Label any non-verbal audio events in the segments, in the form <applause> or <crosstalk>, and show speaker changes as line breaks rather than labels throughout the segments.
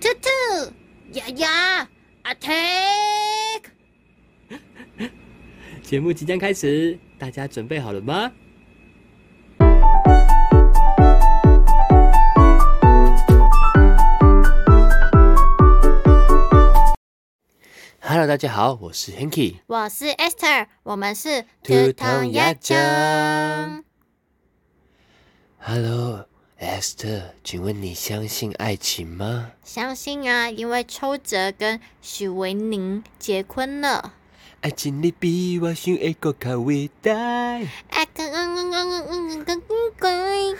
兔兔，丫丫，attack！
节目即将开始，大家准备好了吗？Hello，大家好，我是 Hanky。
我是 Esther，我们是
兔
头
汤鸭酱。Hello，Esther，请问你相信爱情吗？
相信啊，因为邱泽跟许维宁结婚了。
爱情你比我想的更加伟大。
哎，嗯嗯嗯嗯嗯嗯嗯嗯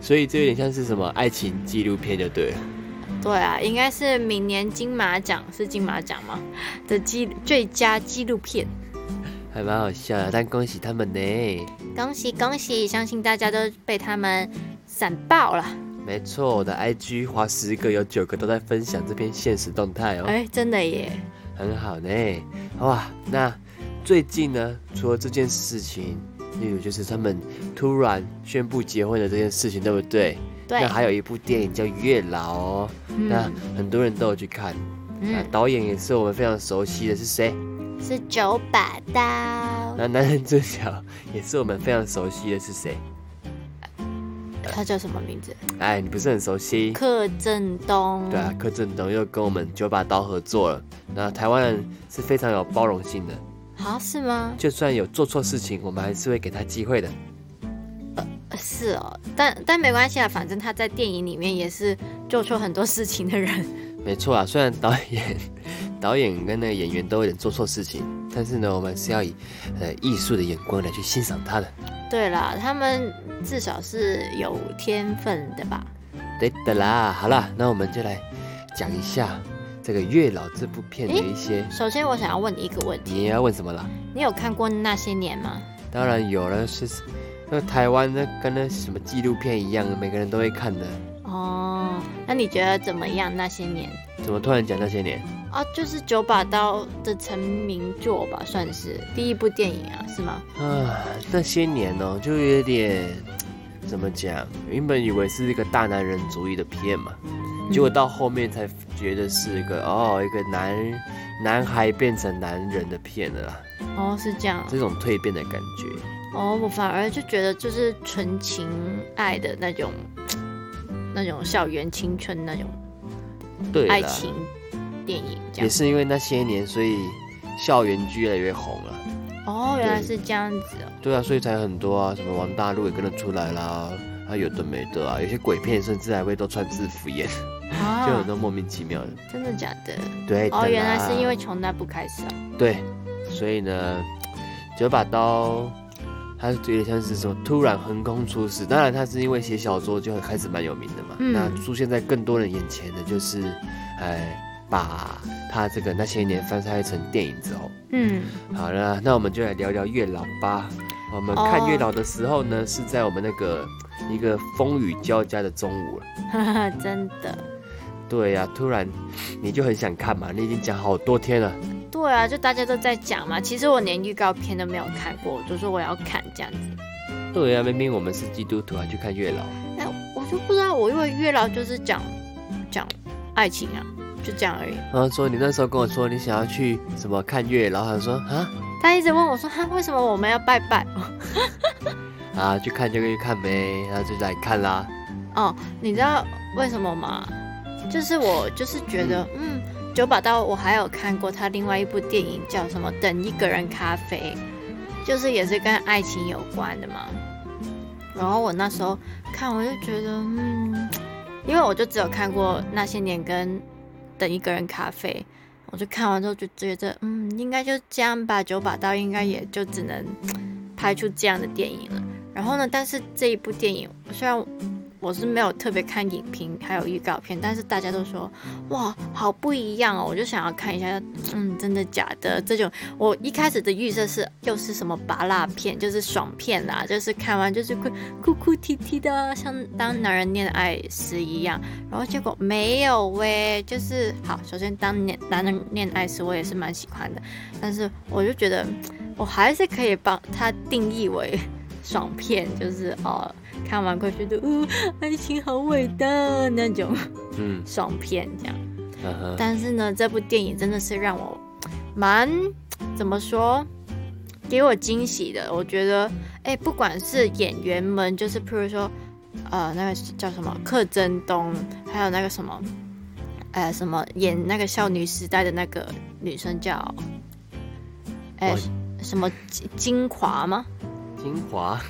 所以这有点像是什么爱情纪录片就对了。
嗯。对啊，应该是明年金马奖是金马奖吗？的纪最佳纪录片。
还蛮好笑的，但恭喜他们呢。
恭喜恭喜！相信大家都被他们闪爆了。
没错，我的 IG 划十个有九个都在分享这篇现实动态哦，
哎、真的耶！
很好呢。哇，那最近呢，除了这件事情，例如就是他们突然宣布结婚的这件事情，对不对？
对
那，还有一部电影叫《月老》哦，那
嗯
很多人都有去看。那
嗯，
导演也是我们非常熟悉的，是谁？
是九把刀，
那男人最小也是我们非常熟悉的，是谁？
他叫什么名字？
哎，你不是很熟悉？
柯震东。
对啊，柯震东又跟我们九把刀合作了。那台湾人是非常有包容性的，
啊，是吗？
就算有做错事情，我们还是会给他机会的。
呃是哦，但但没关系啊，反正他在电影里面也是做出很多事情的人。 <laughs>
没错啊，虽然导演、 <laughs> 导演跟那个演员都有点做错事情，但是呢，我们是要以呃艺术的眼光来去欣赏他的。
对啦，他们至少是有天分的吧？
对的啦，好啦，那我们就来讲一下这个《月老》这部片的一些。
首先，我想要问你一个问题：
你要问什么啦？
你有看过《那些年》吗？
当然有了，是那台湾那跟那什么纪录片一样，每个人都会看的。
哦，那你觉得怎么样？《那些年》
怎么突然讲那些年？
啊，就是九把刀的成名作吧，算是第一部电影啊，是吗？
啊，那些年哦、就有点怎么讲？原本以为是一个大男人主义的片嘛，
嗯
结果到后面才觉得是一个哦，一个男男孩变成男人的片了啦，
哦，是这样。
这种蜕变的感觉。
哦，我反而就觉得就是纯情爱的那种，那种校园青春那种
对
爱
啦，
情电影这
也
样。
是因为那些年，所以校园剧越来越红了。
哦，原来
对
是这样子哦。
对啊，所以才很多啊，什么王大陆也跟着出来啦，啊有的没的啊，有些鬼片甚至还会都穿制服演， <laughs> 就很
啊，
多莫名其妙的。
真的假的？
对的
哦，原来是
啦
因为从那部开始啊。
对，所以呢，九把刀，他有点像是什么突然横空出世。当然，他是因为写小说就开始蛮有名的嘛。
嗯
那出现在更多人眼前的就是，哎，把他这个那些年翻拍成电影之后，
嗯， <laughs>
好了，那我们就来聊聊月老吧。我们看
哦
月老的时候呢，是在我们那个一个风雨交加的中午了。
哈哈，真的。
对呀、突然你就很想看嘛，你已经讲好多天了。
对啊，就大家都在讲嘛。其实我连预告片都没有看过，我就说我要看这样子。
对呀、明明我们是基督徒，还去看月老。
哎，我就不知道，我因为月老就是讲讲爱情啊，就这样而已。
然后说你那时候跟我说你想要去什么看月老，他说啊
他一直问我说：“哈，为什么我们要拜拜
啊去看就去看呗，然后就来看啦。？”
哦，你知道为什么吗？就是我就是觉得，嗯，九把刀我还有看过他另外一部电影叫什么《等一个人咖啡》，就是也是跟爱情有关的嘛。然后我那时候看，我就觉得，嗯，因为我就只有看过那些年跟《等一个人咖啡》，我就看完之后就觉得，嗯，应该就这样吧，九把刀应该也就只能拍出这样的电影了。然后呢，但是这一部电影虽然我是没有特别看影评还有预告片，但是大家都说哇，好不一样哦，我就想要看一下，嗯，真的假的？这种我一开始的预设是又是什么拔蜡片，就是爽片啦，就是看完就是哭哭哭啼啼的，像当男人恋爱时一样。然后结果没有喂，就是好，首先当年男人恋爱时我也是蛮喜欢的，但是我就觉得我还是可以帮他定义为爽片，就是哦，看完过去就呜、爱情好伟大那种
嗯，
爽片这样。
嗯哼
但是呢，这部电影真的是让我蛮怎么说，给我惊喜的。我觉得，哎，不管是演员们，就是譬如说，呃，那个叫什么柯震东，还有那个什么，呃，什么演那个少女时代的那个女生叫，哎
我，
什么金金华吗？
金
<laughs>
华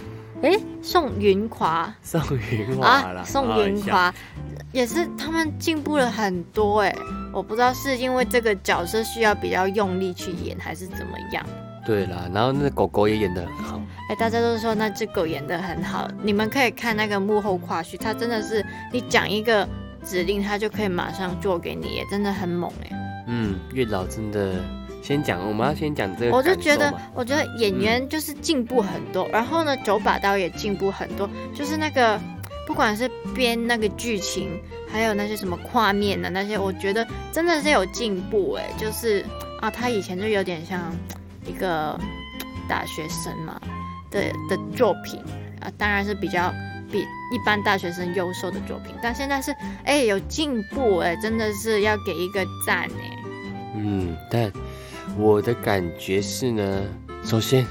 哎，宋云华，
宋云华啦，
啊，宋
哦
云，华也是他们进步了很多哎、我不知道是因为这个角色需要比较用力去演，还是怎么样。
对啦，然后那狗狗也演得很好，
哎，大家都说那只狗演得很好，你们可以看那个幕后花絮，它真的是你讲一个指令，它就可以马上做给你，也真的很猛哎、
嗯，月老真的，先讲，我们要先讲这个，
我就觉得，，我觉得演员就是进步很多，然后呢，九把刀也进步很多，就是那个不管是编那个剧情，还有那些什么画面的那些，我觉得真的是有进步哎，就是啊，他以前就有点像一个大学生嘛的的作品啊，当然是比较。比一般大学生优秀的作品，但现在是哎、有进步哎、真的是要给一个赞哎、
嗯，但我的感觉是呢，首先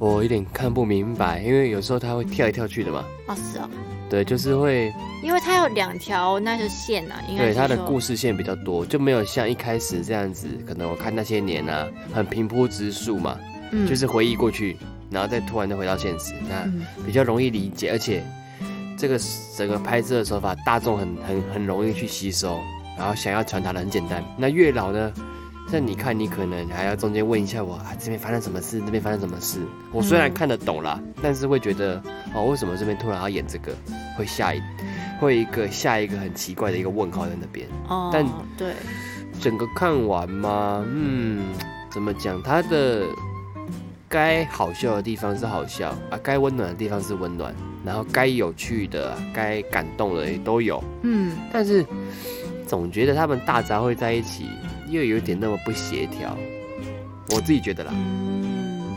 我有点看不明白，因为有时候它会跳来跳去的嘛，
哦是哦，
对，就是会
因为它有两条那些线啊，应该
对
是
它的
说
故事线比较多，就没有像一开始这样子，可能我看那些年啊，很平铺直述嘛，
嗯
就是回忆过去，然后再突然的回到现实，那
嗯
比较容易理解，而且这个整个拍摄的手法，大众很很很容易去吸收，然后想要传达的很简单。那月老呢？像你看，你可能还要中间问一下我啊，这边发生什么事，那边发生什么事。我虽然
嗯
看得懂啦，但是会觉得哦，为什么这边突然要演这个？会下一，会一个下一个很奇怪的一个问号在那边。
哦，
但
对，
整个看完吗？嗯，怎么讲？它的该好笑的地方是好笑啊，该温暖的地方是温暖，然后该有趣的、该感动的也都有。
嗯，
但是总觉得他们大杂烩在一起，又有点那么不协调。我自己觉得啦，
嗯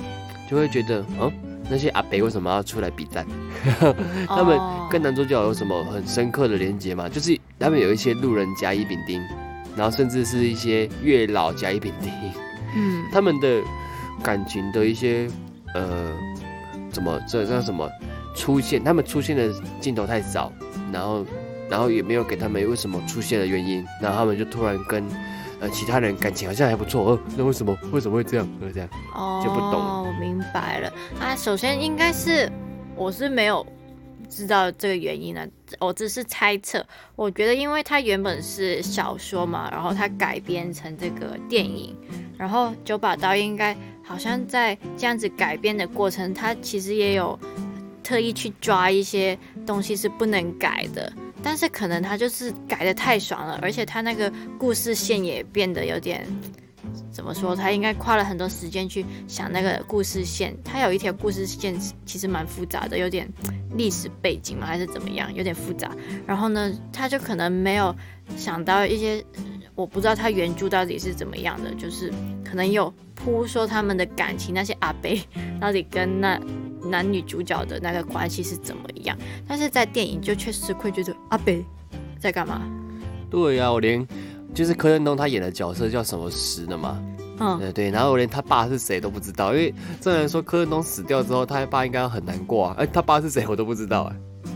就会觉得，嗯，那些阿北为什么要出来比战？ <laughs> 他们
哦
跟男主角有什么很深刻的连接吗？就是他们有一些路人甲乙丙丁，然后甚至是一些月老甲乙丙丁。
嗯
他们的感情的一些呃，怎么这叫什么出现？他们出现的镜头太少，然后然后也没有给他们为什么出现的原因，然后他们就突然跟呃其他人感情好像还不错，呃，那为什么为什么会这样？呃，这样，
哦
就不懂了
我明白了啊。首先应该是我是没有知道这个原因的，我只是猜测。我觉得因为它原本是小说嘛，然后它改编成这个电影，然后九把刀应该好像在这样子改编的过程，它其实也有特意去抓一些东西是不能改的。但是可能他就是改的太爽了，而且他那个故事线也变得有点怎么说，他应该花了很多时间去想那个故事线。他有一条故事线其实蛮复杂的，有点历史背景嘛，还是怎么样，有点复杂。然后呢，他就可能没有想到一些，我不知道他原著到底是怎么样的，就是可能有铺说他们的感情，那些阿贝到底跟那男女主角的那个关系是怎么样。但是在电影就确实会觉得阿贝在干嘛？
对呀、我连就是柯震东他演的角色叫什么石的嘛，呃
嗯，
对对，然后我连他爸是谁都不知道，因为正然说柯震东死掉之后，他爸应该很难过啊，哎、他爸是谁我都不知道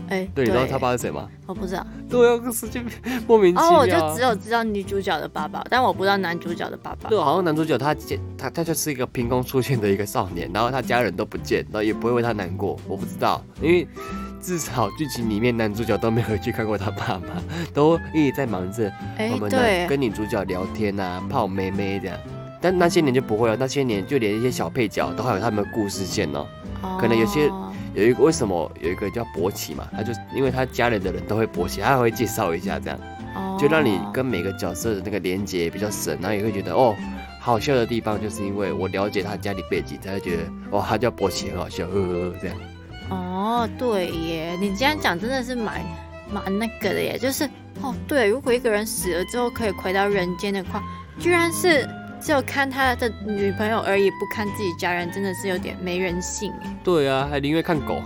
哎、
哎、
对，你知道他爸是谁吗？
我不知道。
对啊，神经莫名其妙啊、
哦，我就只有知道女主角的爸爸，但我不知道男主角的爸爸。
对，好像男主角他见他他就是一个凭空出现的一个少年，然后他家人都不见，然后也不会为他难过。我不知道，因为至少剧情里面男主角都没有去看过他爸妈，都一直在忙着
哎
我，们的
对，
跟女主角聊天啊，泡妹妹这样。但那些年就不会了，那些年就连一些小配角都还有他们的故事线哦。可能有些
哦
有一个为什么有一个叫博奇嘛，他就因为他家人的人都会博奇，他还会介绍一下这样。
哦
就让你跟每个角色的那个连接比较深，然后也会觉得哦，好笑的地方就是因为我了解他家里背景，才会觉得哦，他叫博奇很好笑，呵呵呵这样。
哦，对耶，你这样讲真的是蛮蛮那个的耶，就是哦，对，如果一个人死了之后可以回到人间的话，居然是只有看他的女朋友
<laughs>
而已，不看自己家人，真的是有点没人性耶。
对啊，还宁愿看狗。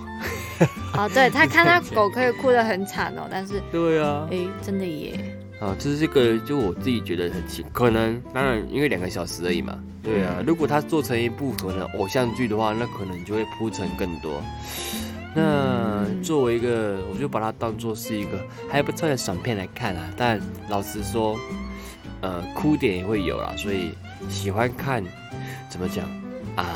哦，对他看他狗可以哭得很惨哦，但是
对啊，
诶，真的耶，
啊，就是这个，就我自己觉得很奇，可能当然因为两个小时而已嘛。对啊，如果它做成一部可能偶像剧的话，那可能就会铺陈更多。那作为一个，我就把它当做是一个还不错的爽片来看啊。但老实说，呃，哭点也会有啦，所以喜欢看怎么讲啊、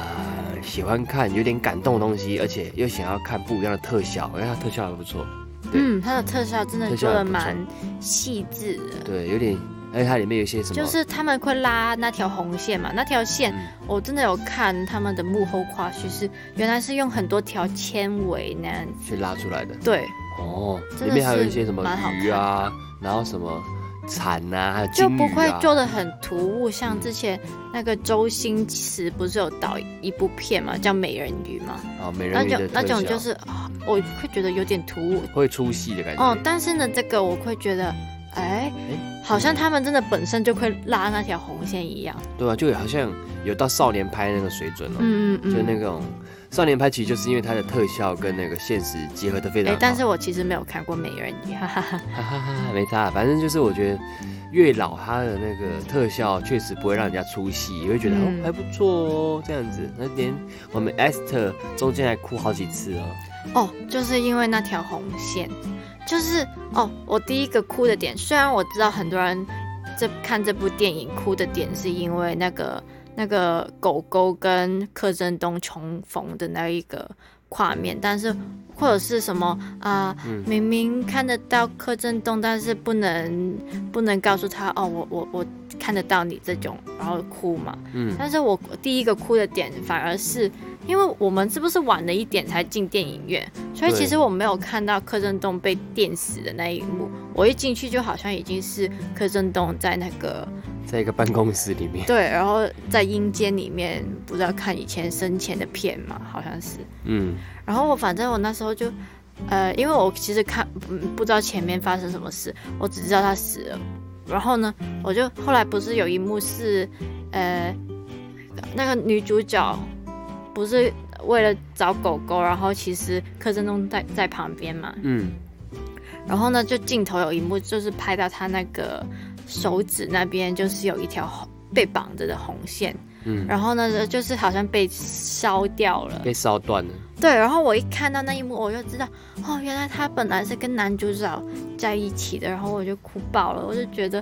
喜欢看有点感动的东西，而且又想要看不一样的特效，因为它特效还不错。对
嗯，他的特效真的
特效
做的
很不错
蛮细致的，
对，有点，而且它里面有一些什么，
就是他们会拉那条红线嘛，那条线、
嗯
我真的有看他们的幕后花絮是，原来是用很多条纤维那样，
去拉出来的。
对，
哦，
真
里
的
面还有
是
一些什么
蛮好看
鱼啊，然后什么蝉啊，还有
就
金
不
鱼
会
啊。
做的很突兀。像之前那个周星驰不是有导一部片嘛，叫《美人鱼》嘛，
啊，美
那
人鱼
种
的
那
特
种
效
就是哦我会觉得有点突兀
会出戏的感觉。
哦，但是呢，这个我会觉得，哎、好像他们真的本身就会拉那条红线一样。
对啊，就好像有到少年拍那个水准了、
嗯嗯
哦就那
嗯。
种少年拍，其实就是因为它的特效跟那个现实结合的非
哎、
常好。
但是我其实没有看过《美人鱼》，哈哈哈。
哈哈哈哈，没差，啊反正就是我觉得越老它的那个特效确实不会让人家出戏，也会觉得、
嗯
哦还不错哦这样子。那连我们 Esther 中间还哭好几次哦。
哦，就是因为那条红线，就是哦，我第一个哭的点，虽然我知道很多人这看这部电影哭的点是因为那个那个狗狗跟柯震东重逢的那一个画面，但是或者是什么啊、
嗯
明明看得到柯震东，但是不能不能告诉他哦，我我我看得到你这种，然后哭嘛。
嗯
但是我第一个哭的点反而是因为我们是不是晚了一点才进电影院，所以
对
其实我没有看到柯震东被电死的那一幕。我一进去就好像已经是柯震东在那个
在一个办公室里面，
对，然后在阴间里面，不知道看以前生前的片嘛，好像是。
嗯，
然后我反正我那时候就，呃，因为我其实看嗯不知道前面发生什么事，我只知道他死了。然后呢，我就后来不是有一幕是，呃，那个女主角不是为了找狗狗，然后其实柯震东在在旁边嘛，
嗯，
然后呢，就镜头有一幕就是拍到他那个手指那边，就是有一条红被绑着的红线，
嗯
然后呢，就是好像被烧掉了，
被烧断了。
对，然后我一看到那一幕，我就知道，哦，原来他本来是跟男主角在一起的，然后我就哭爆了，我就觉得，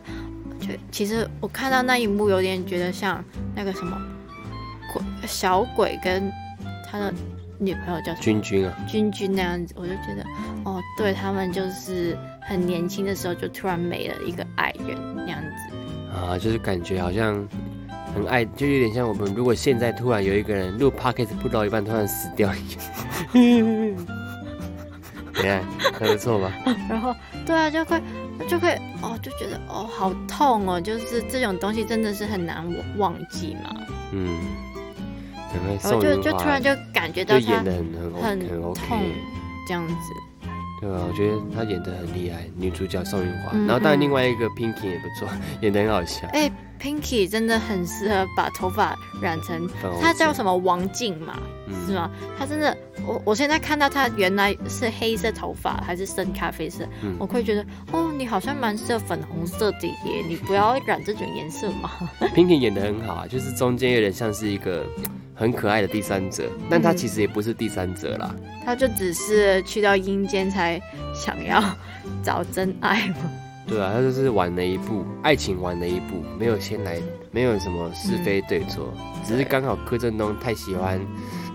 就其实我看到那一幕，有点觉得像那个什么鬼小鬼跟他的女朋友叫什么
君君啊，
君君那样子，我就觉得，哦，对他们就是很年轻的时候就突然没了一个爱人那样子，
啊，就是感觉好像很爱，就有点像我们如果现在突然有一个人录 podcast 录到一半突然死
<laughs>
掉一样。怎样？还不错吧？
然后对啊，就会就会哦，就觉得哦好痛哦，就是这种东西真的是很难忘记嘛。
嗯，赶快
然后
送
就
樱
就突
花
然，就感觉
就
到他
演的很很 OK，很
很
OK，
痛这样子，
对啊，我觉得她演的很厉害，女主角宋云华，
嗯
然后当然
嗯
另外一个 Pinky 也不错， <laughs> 演的很好笑。
哎、p i n k y 真的很适合把头发染成
粉红，
她叫什么王静嘛，是吗？她真的，我我现在看到她原来是黑色头发还是深咖啡色，
嗯
我会觉得哦，你好像蛮适合粉红色的耶，你不要染这种颜色嘛。
嗯 Pinky 演的很好啊，就是中间有点像是一个很可爱的第三者，但他
嗯
其实也不是第三者啦。
她就只是去到阴间才想要找真爱嘛。
对啊，他就是晚了一步，爱情晚了一步，没有先来，没有什么是
嗯
非对错，只是刚好柯震东太喜欢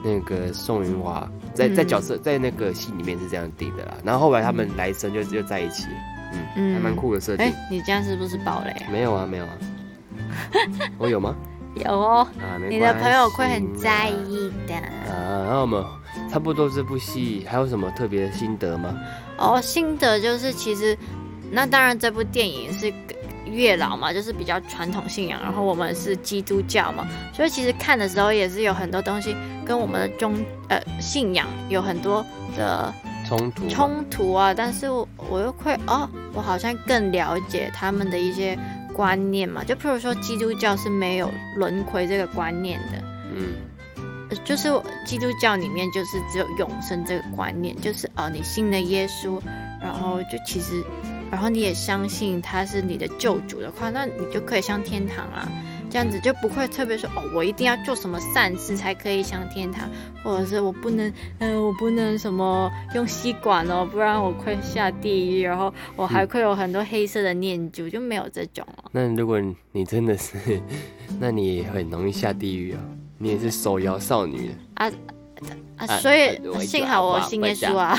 那个宋云华，在在
嗯
角色在那个戏里面是这样定的啦。然后后来他们来生就就在一起，嗯，还蛮酷的设
哎、
定。
你这样是不是爆雷啊？
没有啊，没
<laughs>
有啊，我有吗？
有哦，
啊，没
你的
关
朋友
系
会很在
啦
意的。
啊，然后我们差不多这部戏还有什么特别的心得吗？
哦，心得就是其实，那当然这部电影是月老嘛，就是比较传统信仰，然后我们是基督教嘛，所以其实看的时候也是有很多东西跟我们的宗呃信仰有很多的
冲突吗？
冲突啊，但是我我又会哦，我好像更了解他们的一些观念嘛，就譬如说基督教是没有轮回这个观念的，
嗯，
呃就是基督教里面就是只有永生这个观念，就是哦，你信了耶稣，然后就其实，然后你也相信他是你的救主的话，那你就可以上天堂啦。这样子就不会特别说哦，我一定要做什么善事才可以上天堂，或者是我不能，嗯、我不能什么用吸管哦，不然我会下地狱，然后我还会有很多黑色的念珠，就没有这种哦。
那如果你真的是， <laughs> 那你也很容易下地狱啊！你也是手摇少女。
啊啊
啊，
所以
我
幸好我信耶稣啊，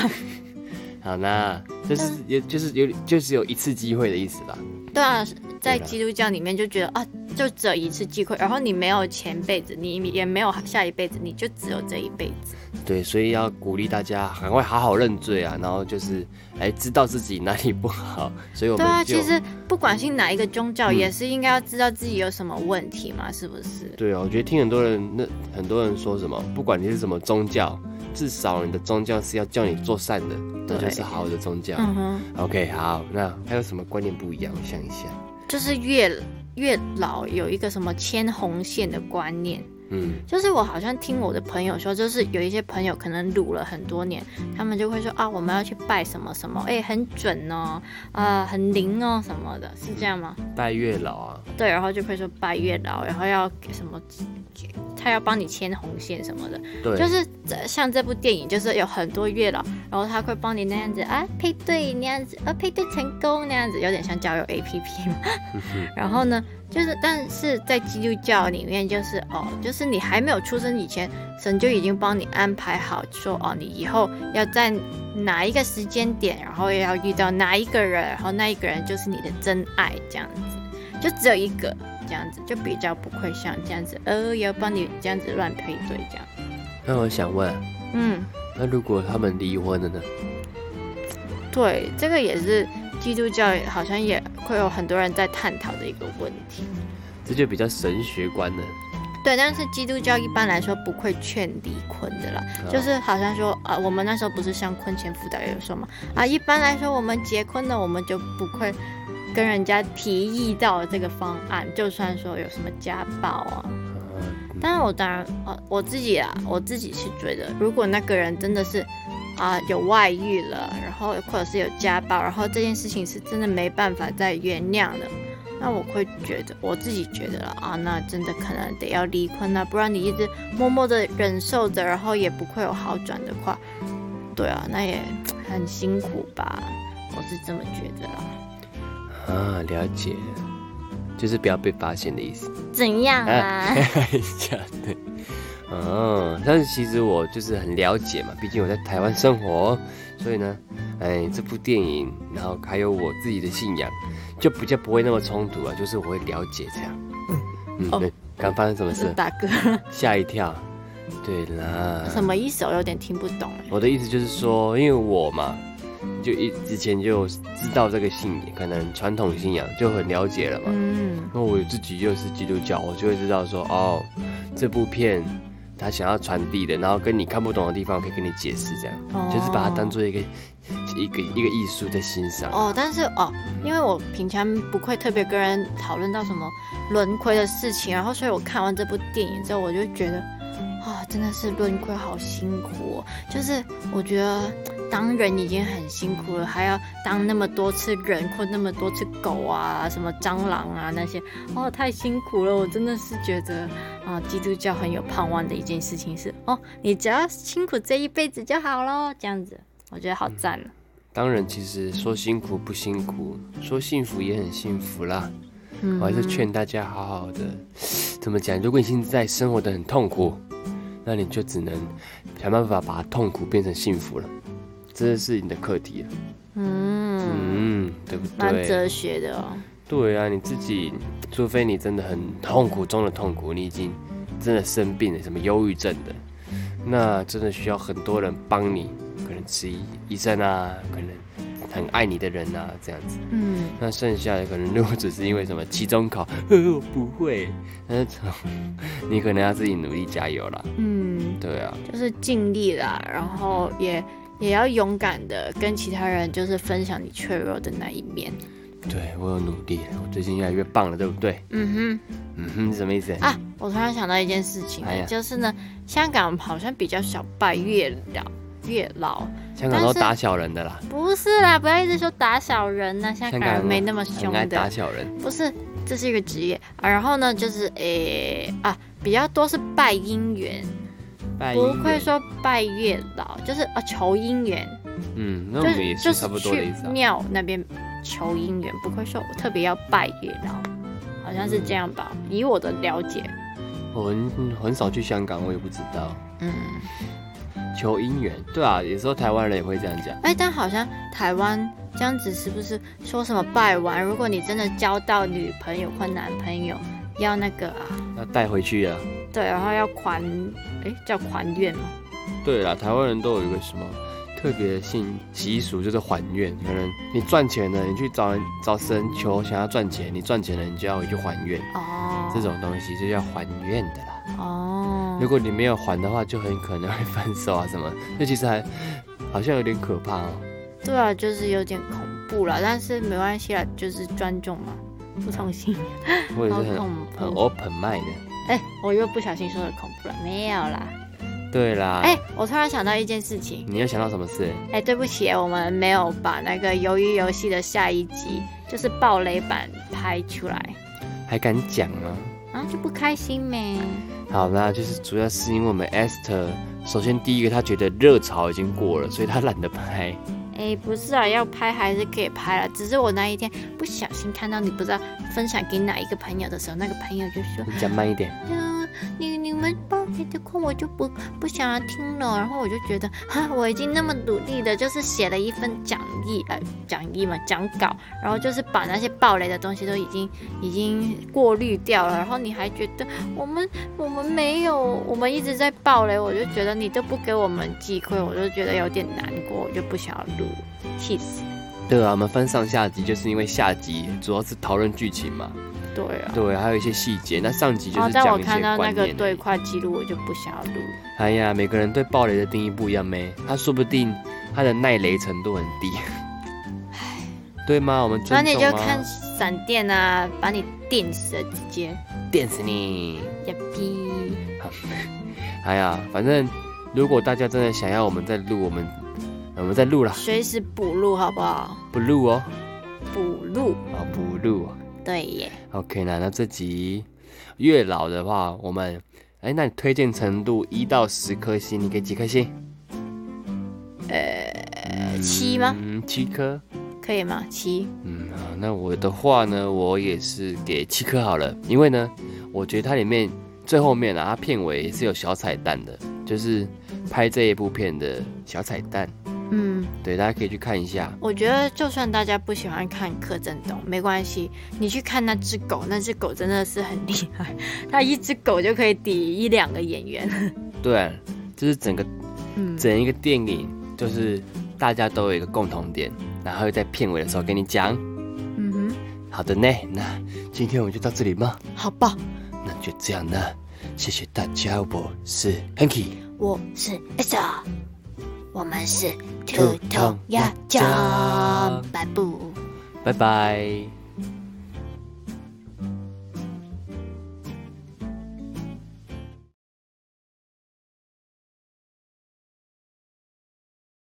好啦，就是
嗯
也就是有就只有一次机会的意思吧。
对啊，在
嗯对啦
基督教里面就觉得啊，就这一次机会，然后你没有前辈子，你也没有下一辈子，你就只有这一辈子。
对，所以要鼓励大家赶快好好认罪啊，然后就是哎知道自己哪里不好，所以我
对啊，
们就嗯
其实不管信哪一个宗教，也是应该要知道自己有什么问题嘛，是不是？
对啊，我觉得听很多人那很多人说什么，不管你是什么宗教，至少你的宗教是要叫你做善的，那
对
就是好的宗教。
嗯哼，
OK，好，那还有什么观念不一样？我想一下，
就是越越老有一个什么牵红线的观念。
嗯，
就是我好像听我的朋友说，就是有一些朋友可能卤了很多年，他们就会说啊，我们要去拜什么什么，哎、很准哦，啊、很灵哦什么的，是这样吗？
拜月老啊，
对，然后就会说拜月老，然后要给什么，他要帮你牵红线什么的，
对，
就是这像这部电影，就是有很多月老，然后他会帮你那样子啊配对那样子啊配对成功那样子，有点像交友 A P P 嘛。 <laughs> 然后呢，就是但是在基督教里面，就是哦，就是你还没有出生以前，神就已经帮你安排好，说哦，你以后要在哪一个时间点，然后要遇到哪一个人，然后那一个人就是你的真爱，这样子，就只有一个。这样子就比较不会像这样子，呃，要帮你这样子乱配对这样。
那我想问，
嗯，
那如果他们离婚了呢？
对，这个也是基督教好像也会有很多人在探讨的一个问题。
这就比较神学观了。
对，但是基督教一般来说不会劝离婚的啦，就是好像说啊，我们那时候不是像婚前辅导也有说嘛，啊，一般来说我们结婚了，我们就不会跟人家提议到这个方案，就算说有什么家暴啊，
嗯
但是我当然，呃，我自己啊，我自己是觉得，如果那个人真的是啊、有外遇了，然后或者是有家暴，然后这件事情是真的没办法再原谅的，那我会觉得，我自己觉得了啊，那真的可能得要离婚了，不然你一直默默的忍受着，然后也不会有好转的话，对啊，那也很辛苦吧，我是这么觉得啦。
啊，了解，就是不要被发现的意 <laughs> 思。
怎样 <laughs>
啊
啊？
一下对，哦，但是其实我就是很了解嘛，毕竟我在台湾生活，所以呢，哎，这部电影，然后还有我自己的信仰，就比较不会那么冲突啊，就是我会了解这样。嗯，
哦
对，刚发生什么
是
事？
大哥，
吓一跳。对啦。
什么意思？我有点听不懂哎。
嗯我的意思就是说，因为我嘛，就一之前就知道这个信仰，可能传统信仰就很了解了嘛。
嗯，
那我自己又是基督教，我就会知道说，哦，这部片他想要传递的，然后跟你看不懂的地方，我可以跟你解释，这样、
哦
就是把它当做一个一个一个艺术在欣赏。
哦，但是哦，因为我平常不会特别跟人讨论到什么轮回的事情，然后所以我看完这部电影之后，我就觉得啊、真的是轮回好辛苦、哦，就是我觉得当人已经很辛苦了，还要当那么多次人或那么多次狗啊、什么蟑螂啊那些，哦，太辛苦了，我真的是觉得啊、基督教很有盼望的一件事情是哦，你只要辛苦这一辈子就好咯，这样子，我觉得好赞、哦。
当然，其实说辛苦不辛苦，说幸福也很幸福啦。
嗯
我还是劝大家好好的，怎么讲？如果你现在生活的很痛苦，那你就只能想办法把痛苦变成幸福了，这是你的课题了。
嗯，
嗯，对不
蛮
对？
哲学的哦。
对啊，你自己，除非你真的很痛苦中的痛苦，你已经真的生病了，什么忧郁症的，那真的需要很多人帮你，可能吃医生啊，可能很爱你的人啊，这样子。
嗯，
那剩下的可能如果只是因为什么期中考， <laughs> 呃，我不会那种，你可能要自己努力加油啦。
嗯，
对啊，
就是尽力啦，然后也也要勇敢的跟其他人就是分享你脆弱的那一面。
对我有努力了，我最近越来越棒了，对不对？
嗯
嗯哼，什么意思？
哼啊，我突然想到一件事情，
哎呀
就是呢，香港好像比较少拜月老，月老
香港都
但是
打小人的啦，
不是啦，不要一直说打小人呐、香
香
港
港
人没那么凶
很爱打
的，
小人。
不是，这是一个职业啊。然后呢，就是诶、啊，比较多是拜姻缘，
拜
不
姻
会
缘，
说拜月老，就是啊求姻缘。
嗯，那
就
我们也
就是
差不多的意思
去
啊。
庙那边求姻缘，不会说我特别要拜月老，好像是这样吧？
嗯
以我的了解，
我很很少去香港，我也不知道
嗯，
求姻缘。对啊，有时候台湾人也会这样讲。
哎，但好像台湾这样子是不是说什么拜完，如果你真的交到女朋友或男朋友，要那个啊，
要带回去啊。
对，然后要还，哎，叫还愿吗？
对啦，台湾人都有一个什么特别性习俗，就是还愿。可能你赚钱了，你去找人找神求，想要赚钱，你赚钱了，你就要回去还愿。
哦，
这种东西就叫还愿的啦。
哦，
如果你没有还的话，就很可能会分手啊什么。这其实还好像有点可怕哦。
对啊，就是有点恐怖了，但是没关系啦，就是尊重嘛，不同信仰，
我也是
好
很
恐
很
怖。
open mind 的。
哎，我又不小心说的恐怖了，没有啦。
对啦，
哎、我突然想到一件事情，
你又想到什么事？
哎、对不起，我们没有把那个《鱿鱼游戏》的下一集，就是暴雷版拍出来，
还敢讲啊？
啊，就不开心咩？
好，那就是主要是因为我们 Esther，首先第一个她觉得热潮已经过了，所以她懒
<laughs>
得拍。
哎、不是啊，要拍还是可以拍了，只是我那一天不小心看到你不知道分享给哪一个朋友的时候，那个朋友就说，
你讲慢一点。
嗯，你你们暴雷的课我就不不想要听了，然后我就觉得啊，我已经那么努力的，就是写了一份讲义，呃，讲义嘛，讲稿，然后就是把那些暴雷的东西都已经已经过滤掉了，然后你还觉得我们我们没有，我们一直在暴雷，我就觉得你都不给我们机会，我就觉得有点难过，我就不想要录，气死。
对啊，我们分上下集，就是因为下集主要是讨论剧情嘛，
对啊，
对，还有一些细节。那上集就
然后
是
哦在我
讲一
看
些
到那
观
个
念。
对话记录，我就不想要录。
哎呀，每个人对暴雷的定义不一样呗，他说不定他的耐雷程度很低。对吗？我们尊重、
然
啊、
后你就看闪电啊，把你电死了，直接
电死你。
呀逼！
哎呀，反正如果大家真的想要我们再录，我们我们再录啦，
随时补录好不好？
不录哦，
补录，
啊不录哦。
对耶。
OK 啦，那这集月老的话，我们哎，那你推荐程度一到十颗星，你给几颗星？
呃，七吗？
嗯，七颗。
可以吗？七。
嗯，好，那我的话呢，我也是给七颗好了，因为呢，我觉得它里面最后面啊，它片尾也是有小彩蛋的，就是拍这一部片的小彩蛋，
嗯，
对，大家可以去看一下。
我觉得就算大家不喜欢看柯震东，没关系，你去看那只狗，那只狗真的是很厉害，它一只狗就可以抵一两个演员。
对，啊就是整个
嗯，
整一个电影，就是大家都有一个共同点，然后在片尾的时候跟你讲。
嗯哼，
好的呢，那今天我们就到这里吧，
好吧，
那就这样呢，谢谢大家，我是 Hanky，
我是 S R，我们是兔
兔童
童
鸭
鸭
讲
讲，拜拜。
拜拜。